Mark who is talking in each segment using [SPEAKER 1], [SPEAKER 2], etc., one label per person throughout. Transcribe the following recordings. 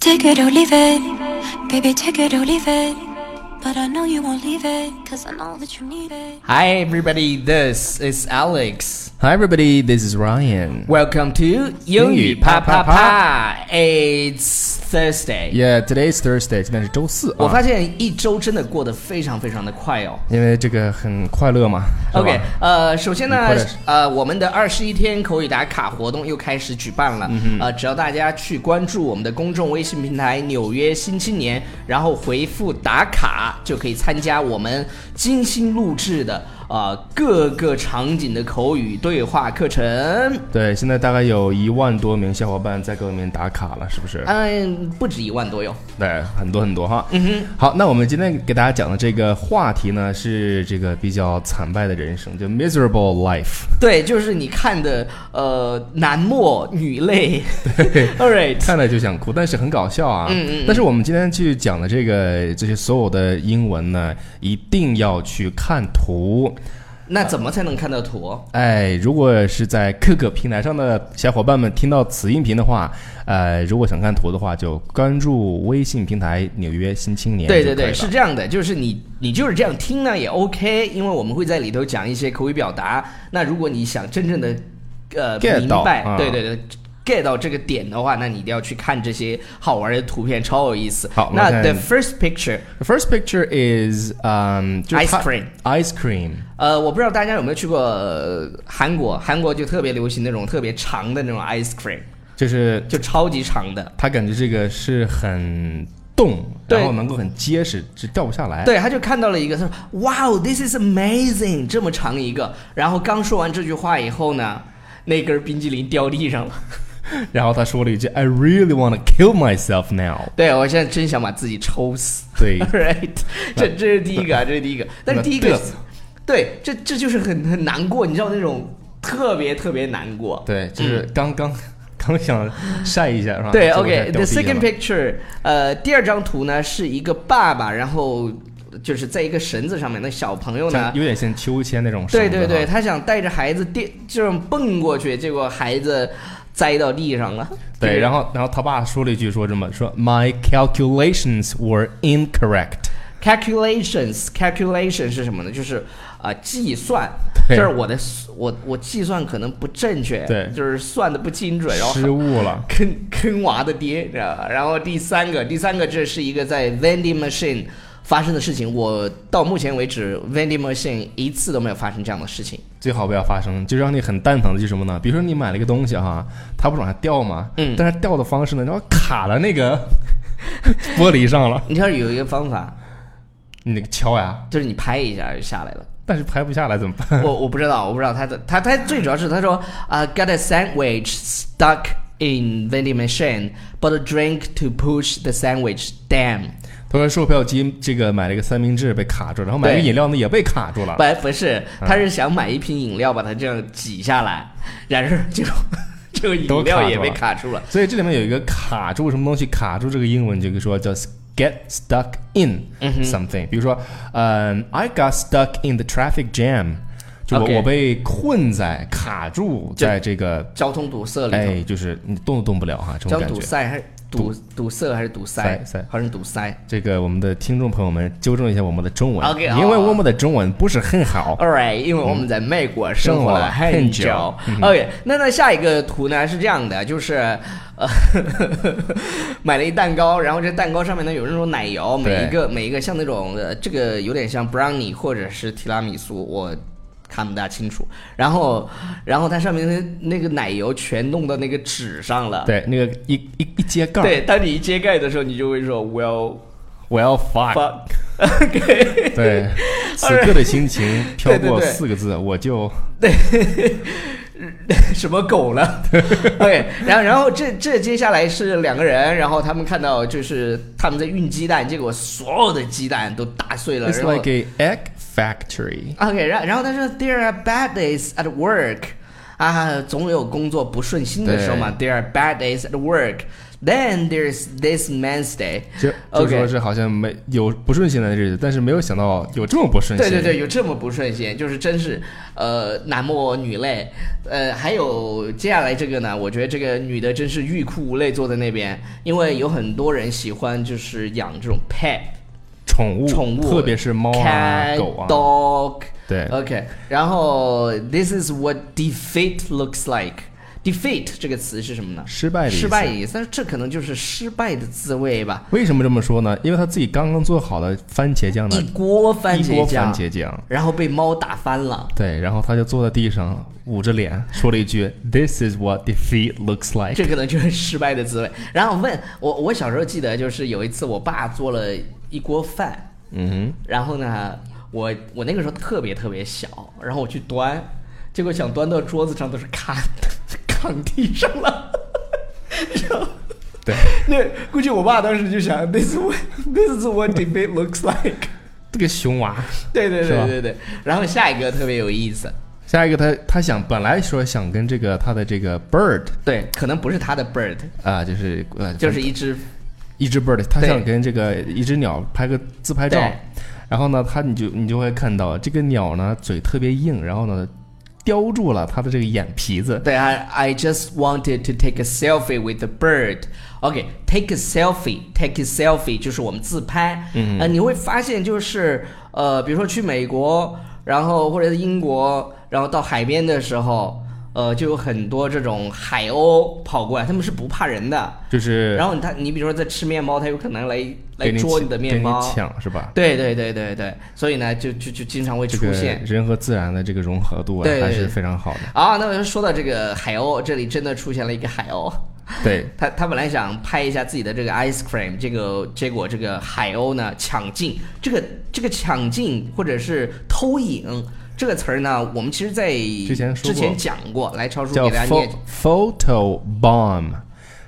[SPEAKER 1] Take it or leave it, baby, take it or leave it. But I know you won't leave it, cause I know that you need it.
[SPEAKER 2] Hi, everybody. This is Alex.
[SPEAKER 3] Hi, everybody. This is Ryan.
[SPEAKER 2] Welcome to 英语啪啪啪。It's Thursday.
[SPEAKER 3] Yeah, today is Thursday. 今天是周四啊。
[SPEAKER 2] 我发现一周真的过得非常非常的快哦。
[SPEAKER 3] 因为这个很快乐嘛。是吧
[SPEAKER 2] OK，呃，首先呢
[SPEAKER 3] 你快点，
[SPEAKER 2] 呃，我们的二十一天口语打卡活动又开始举办
[SPEAKER 3] 嗯
[SPEAKER 2] 了。呃，只要大家去关注我们的公众微信平台《纽约新青年》，然后回复“打卡”，就可以参加我们精心录制的呃各个场景的口语对话课程。
[SPEAKER 3] 对，现在大概有一万多名小伙伴在给我们打卡了，是不是？
[SPEAKER 2] 嗯，不止一万多哟。
[SPEAKER 3] 对，很多很多哈。啊嗯哼。好，那我们今天给大家讲的这个话题呢，是这个比较惨败的人生，就 miserable life。
[SPEAKER 2] 对，就是你看的呃男默女泪。All right，
[SPEAKER 3] 看了就想哭，但是很搞笑啊。嗯嗯但是我们今天去讲的这个这些所有的英文呢，一定要去看图。
[SPEAKER 2] 那怎么才能看到图？
[SPEAKER 3] 哎，如果是在各个平台上的小伙伴们听到此音频的话，呃，如果想看图的话，就关注微信平台《纽约新青年》
[SPEAKER 2] 对对
[SPEAKER 3] 就可以
[SPEAKER 2] 对，
[SPEAKER 3] 了
[SPEAKER 2] 是这样的，就是你你就是这样听呢也 OK，因为我们会在里头讲一些口语表达。那如果你想真正的呃
[SPEAKER 3] Get
[SPEAKER 2] 明
[SPEAKER 3] 到
[SPEAKER 2] 白，
[SPEAKER 3] 啊
[SPEAKER 2] 对对对。get 到这个点的话，那你一定要去看这些好玩的图片，超有意思。
[SPEAKER 3] 好我们
[SPEAKER 2] 那
[SPEAKER 3] 看
[SPEAKER 2] the first picture，
[SPEAKER 3] The first picture is um 就是
[SPEAKER 2] Ice
[SPEAKER 3] 它
[SPEAKER 2] cream
[SPEAKER 3] ice cream
[SPEAKER 2] 呃，我不知道大家有没有去过、呃韩国，韩国就特别流行那种特别长的那种 ice cream，
[SPEAKER 3] 就是
[SPEAKER 2] 就超级长的。
[SPEAKER 3] 它感觉这个是很动，
[SPEAKER 2] 对
[SPEAKER 3] 然后能够很结实，是掉不下来。
[SPEAKER 2] 对，他就看到了一个，他说：“Wow, this is amazing！” 这么长一个。然后刚说完这句话以后呢，那根冰激凌掉地上了。
[SPEAKER 3] 然后他说了一句 I really want to kill myself now。
[SPEAKER 2] 对我现在真想把自己抽死。
[SPEAKER 3] 对
[SPEAKER 2] right，这这是第一个啊，这是第一个。但是第一
[SPEAKER 3] 哎那
[SPEAKER 2] 个
[SPEAKER 3] 嘚瑟，
[SPEAKER 2] 对，这这就是很很难过，你知道那种特别特别难过。嗯
[SPEAKER 3] 对，就是刚刚、刚想晒一下是吧？
[SPEAKER 2] 对
[SPEAKER 3] 结果它
[SPEAKER 2] ，OK，the、
[SPEAKER 3] 掉地上
[SPEAKER 2] second
[SPEAKER 3] 了
[SPEAKER 2] picture，呃，第二张图呢是一个爸爸，然后就是在一个绳子上面，那小朋友呢
[SPEAKER 3] 像有点像秋千那种绳
[SPEAKER 2] 对
[SPEAKER 3] 子哈。
[SPEAKER 2] 对对，他想带着孩子跌，这样蹦过去，结果孩子栽到地上了。
[SPEAKER 3] 对，然后然后他爸说了一句说什么？说 My calculations were incorrect。
[SPEAKER 2] calculations calculation 是什么呢？就是啊、呃计算，就
[SPEAKER 3] 对
[SPEAKER 2] 是我的我我计算可能不正确，
[SPEAKER 3] 对
[SPEAKER 2] 就是算的不精准，然后
[SPEAKER 3] 失误了。
[SPEAKER 2] 坑坑娃的爹，知道吧？然后第三个，第三个这是一个在 vending machine 发生的事情，我到目前为止 vending machine 一次都没有发生这样的事情。
[SPEAKER 3] 最好不要发生，就让你很蛋疼的就是什么呢？比如说你买了一个东西哈，它不是往下掉吗？
[SPEAKER 2] 嗯
[SPEAKER 3] 但是掉的方式呢，然后卡了那个 玻璃上了，
[SPEAKER 2] 你知道有一个方法，
[SPEAKER 3] 你那个敲呀，
[SPEAKER 2] 就是你拍一下就下来了。
[SPEAKER 3] 但是拍不下来怎么办？
[SPEAKER 2] 我我不知道，我不知道他的他他最主要是他说啊、g o t a sandwich stuck in vending machine, but a drink to push the sandwich down。
[SPEAKER 3] 他说售票机这个买了一个三明治被卡住了，然后买了
[SPEAKER 2] 对
[SPEAKER 3] 个饮料呢也被卡住了。
[SPEAKER 2] 不不是，他
[SPEAKER 3] 啊
[SPEAKER 2] 是想买一瓶饮料，把它这样挤下来，然后就这个饮料也被卡住了。
[SPEAKER 3] 所以这里面有一个卡住什么东西，卡住这个英文这个说叫 get stuck in something，、比如说，嗯、i got stuck in the traffic jam，就我
[SPEAKER 2] OK
[SPEAKER 3] 我被困在卡住
[SPEAKER 2] 就
[SPEAKER 3] 在这个，
[SPEAKER 2] 交通堵塞里头，
[SPEAKER 3] 哎，就是你动都动不了哈，这
[SPEAKER 2] 叫
[SPEAKER 3] 种感
[SPEAKER 2] 堵
[SPEAKER 3] 觉。
[SPEAKER 2] 塞还是堵堵塞还是堵塞
[SPEAKER 3] 塞塞
[SPEAKER 2] 好像堵塞。
[SPEAKER 3] 这个我们的听众朋友们纠正一下我们的中文
[SPEAKER 2] OK，好
[SPEAKER 3] 因为我们的中文不是很好。
[SPEAKER 2] All right，因为我们在美国嗯生活了很久。
[SPEAKER 3] 生活了
[SPEAKER 2] OK，那那下一个图呢是这样的，就是呃 买了一蛋糕，然后这蛋糕上面呢有那种奶油，每一个每一个像那种呃这个有点像 brownie 或者是提拉米苏，我。看不大清楚，然后，然后它上面的那个奶油全弄到那个纸上了。
[SPEAKER 3] 对，那个一一一揭盖，
[SPEAKER 2] 对，当你一揭盖的时候，你就会说 “Well
[SPEAKER 3] 我要 fuck，
[SPEAKER 2] fuck”。OK，
[SPEAKER 3] 对，此刻的心情飘
[SPEAKER 2] 对对
[SPEAKER 3] 过
[SPEAKER 2] 对
[SPEAKER 3] 四个字，我就
[SPEAKER 2] 什么狗 了？对，然后然后这这接下来是两个人，然后他们看到就是他们在运鸡蛋，结果所有的鸡蛋都打碎了。
[SPEAKER 3] it's
[SPEAKER 2] 然后
[SPEAKER 3] like a egg factory。
[SPEAKER 2] OK，然然后他说 There are bad days at work，啊，总有工作不顺心的时候嘛。There are bad days at work， Then there's this man's day。
[SPEAKER 3] 就就
[SPEAKER 2] OK
[SPEAKER 3] 说是好像没有不顺心的日子，但是没有想到有这么不顺
[SPEAKER 2] 对
[SPEAKER 3] 心。
[SPEAKER 2] 对对，有这么不顺心，就是真是，呃，男莫女泪，呃，还有接下来这个呢，我觉得这个女的真是欲哭无泪坐在那边，因为有很多人喜欢就是养这种 pet
[SPEAKER 3] 宠物
[SPEAKER 2] 宠物，
[SPEAKER 3] 嗯特别是猫啊
[SPEAKER 2] cat,
[SPEAKER 3] 狗啊，
[SPEAKER 2] dog，
[SPEAKER 3] 对
[SPEAKER 2] OK，然后 this is what defeat looks like。defeat 这个词是什么呢？
[SPEAKER 3] 失败的意思
[SPEAKER 2] 失败的意思，但是这可能就是失败的滋味吧。
[SPEAKER 3] 为什么这么说呢？因为他自己刚刚做好的番茄酱呢，
[SPEAKER 2] 一锅番
[SPEAKER 3] 嗯一
[SPEAKER 2] 茄
[SPEAKER 3] 锅
[SPEAKER 2] 酱，
[SPEAKER 3] 番茄酱。
[SPEAKER 2] 然后被猫打翻了。
[SPEAKER 3] 对，然后他就坐在地上，捂着脸说了一 句：“This is what defeat looks like。
[SPEAKER 2] 这可能就是失败的滋味。然后问我，我小时候记得就是有一次我爸做了一锅饭，”
[SPEAKER 3] 嗯
[SPEAKER 2] 然后呢，我我那个时候特别特别小，然后我去端，结果想端到桌子上都是卡躺 地上了。然后
[SPEAKER 3] 哼，对，
[SPEAKER 2] 那估计我爸当时就想，this is what this is what debate looks like 。
[SPEAKER 3] 这个熊娃。
[SPEAKER 2] 对对
[SPEAKER 3] 是吧
[SPEAKER 2] 对对对。然后下一个特别有意思，
[SPEAKER 3] 下一个他他想本来说想跟这个他的这个 bird
[SPEAKER 2] 对，可能不是他的 bird，
[SPEAKER 3] 啊、就是呃
[SPEAKER 2] 就是一只
[SPEAKER 3] 一只 bird，他
[SPEAKER 2] 对
[SPEAKER 3] 想跟这个一只鸟拍个自拍照
[SPEAKER 2] 对，
[SPEAKER 3] 然后呢，他你就你就会看到这个鸟呢嘴特别硬，然后呢叼住了他的这个眼皮子，
[SPEAKER 2] 对啊，I just wanted to take a selfie with the bird。OK，take、a selfie，take a selfie 就是我们自拍。嗯，呃，你会发现就是呃，比如说去美国，然后或者是英国，然后到海边的时候，呃，就有很多这种海鸥跑过来，他们是不怕人的。
[SPEAKER 3] 就是
[SPEAKER 2] 然后他，你比如说在吃面包，他有可能来来
[SPEAKER 3] 给你
[SPEAKER 2] 捉
[SPEAKER 3] 抢
[SPEAKER 2] 你的面包
[SPEAKER 3] 给。你抢是吧？
[SPEAKER 2] 对对对对对，所以呢，就就就经常会
[SPEAKER 3] 这
[SPEAKER 2] 出
[SPEAKER 3] 个
[SPEAKER 2] 现。
[SPEAKER 3] 人和自然的这个融合度啊
[SPEAKER 2] 对，
[SPEAKER 3] 还是非常好的。
[SPEAKER 2] 啊，那我就说到这个海鸥，这里真的出现了一个海鸥。
[SPEAKER 3] 对，
[SPEAKER 2] 他他本来想拍一下自己的这个 ice cream，这个结果这个海鸥呢抢镜，这个这个抢镜或者是偷影这个词儿呢，我们其实在之
[SPEAKER 3] 前说过
[SPEAKER 2] 讲过，来超叔
[SPEAKER 3] 叫
[SPEAKER 2] 给大家
[SPEAKER 3] pho
[SPEAKER 2] 念。
[SPEAKER 3] photo bomb，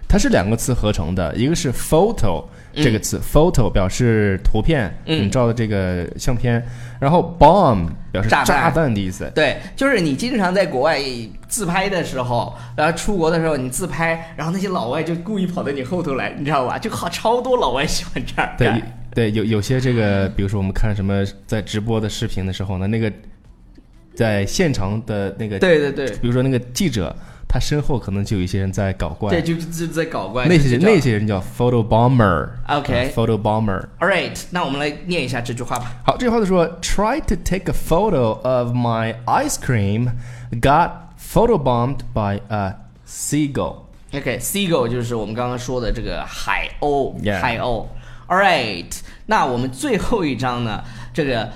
[SPEAKER 3] 它是两个词合成的，一个是 photo 这个词、p h o t o 表示图片，
[SPEAKER 2] 嗯
[SPEAKER 3] 你照的这个相片，然后 bomb 表示
[SPEAKER 2] 炸弹
[SPEAKER 3] 炸弹的意思。
[SPEAKER 2] 对，就是你经常在国外自拍的时候，然后出国的时候你自拍，然后那些老外就故意跑到你后头来，你知道吧？就好超多老外喜欢这样干
[SPEAKER 3] 对对，有有些这个，比如说我们看什么在直播的视频的时候呢，那个在现场的那个，
[SPEAKER 2] 对对对
[SPEAKER 3] 比如说那个记者，他身后可能就有一些人在搞怪，
[SPEAKER 2] 对，就就在搞怪
[SPEAKER 3] 那些
[SPEAKER 2] 就
[SPEAKER 3] 人
[SPEAKER 2] 叫
[SPEAKER 3] 那些人叫 photo bomber。
[SPEAKER 2] 啊 OK
[SPEAKER 3] 呃 photo bomber。
[SPEAKER 2] All right，那我们来念一下这句话吧。
[SPEAKER 3] 好，这句话就说，Try to take a photo of my ice cream, got photobombed by a seagull。
[SPEAKER 2] OK，seagull、就是我们刚刚说的这个海鸥
[SPEAKER 3] Yeah
[SPEAKER 2] 海鸥。All right，那我们最后一章呢，这个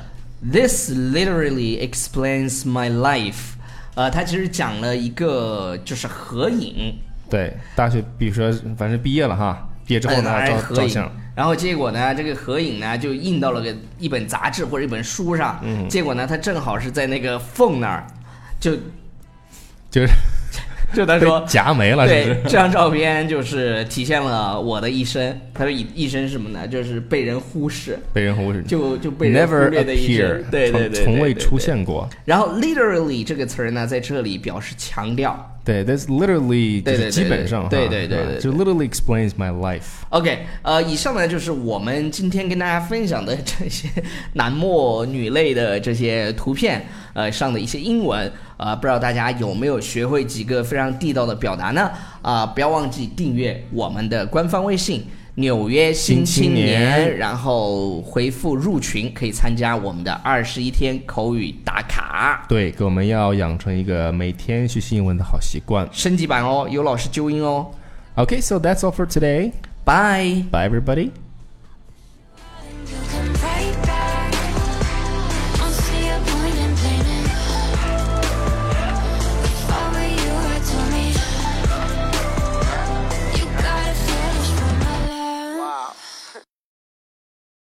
[SPEAKER 2] This literally explains my life，呃，它其实讲了一个就是合影，
[SPEAKER 3] 对，大学，比如说，反正毕业了哈，毕业之后呢，
[SPEAKER 2] 哎
[SPEAKER 3] 照
[SPEAKER 2] 合
[SPEAKER 3] 照
[SPEAKER 2] 影
[SPEAKER 3] 相。。
[SPEAKER 2] 然后结果呢，这个合影呢就印到了个一本杂志或者一本书上，
[SPEAKER 3] 嗯
[SPEAKER 2] 结果呢，它正好是在那个缝那儿，就
[SPEAKER 3] 就是
[SPEAKER 2] 就他
[SPEAKER 3] 被
[SPEAKER 2] 说
[SPEAKER 3] 夹没了，是不
[SPEAKER 2] 对
[SPEAKER 3] 是，
[SPEAKER 2] 这？张照片就是体现了我的一生。他说一一生是什么呢？就是被人忽视，
[SPEAKER 3] 被人忽视，
[SPEAKER 2] 就就被人忽
[SPEAKER 3] never
[SPEAKER 2] 略的一
[SPEAKER 3] appear，
[SPEAKER 2] 生。对对对，
[SPEAKER 3] 从从未
[SPEAKER 2] 对
[SPEAKER 3] 出。现过。
[SPEAKER 2] 对然后 literally 这个词儿呢，在这里表示强调。
[SPEAKER 3] 对，that's literally 就
[SPEAKER 2] 对
[SPEAKER 3] 是
[SPEAKER 2] 对对
[SPEAKER 3] 基本上哈，
[SPEAKER 2] 对对对
[SPEAKER 3] 是吧
[SPEAKER 2] 对对
[SPEAKER 3] 就 literally explains my life。
[SPEAKER 2] OK，呃，以上呢就是我们今天跟大家分享的 这些男默女泪的这些图片，呃上的一些英文，呃，不知道大家有没有学会几个非常地道的表达呢？啊、不要忘记订阅我们的官方微信《纽约新
[SPEAKER 3] 新青
[SPEAKER 2] 青年》
[SPEAKER 3] 年
[SPEAKER 2] 然后回复入群，可以参加我们的二十一天口语打卡。
[SPEAKER 3] 对，给我们要养成一个每天学习英文的好习惯。
[SPEAKER 2] 升级版哦，有老师纠音哦，
[SPEAKER 3] Okay, so that's all for today.
[SPEAKER 2] 拜。
[SPEAKER 3] Bye, everybody.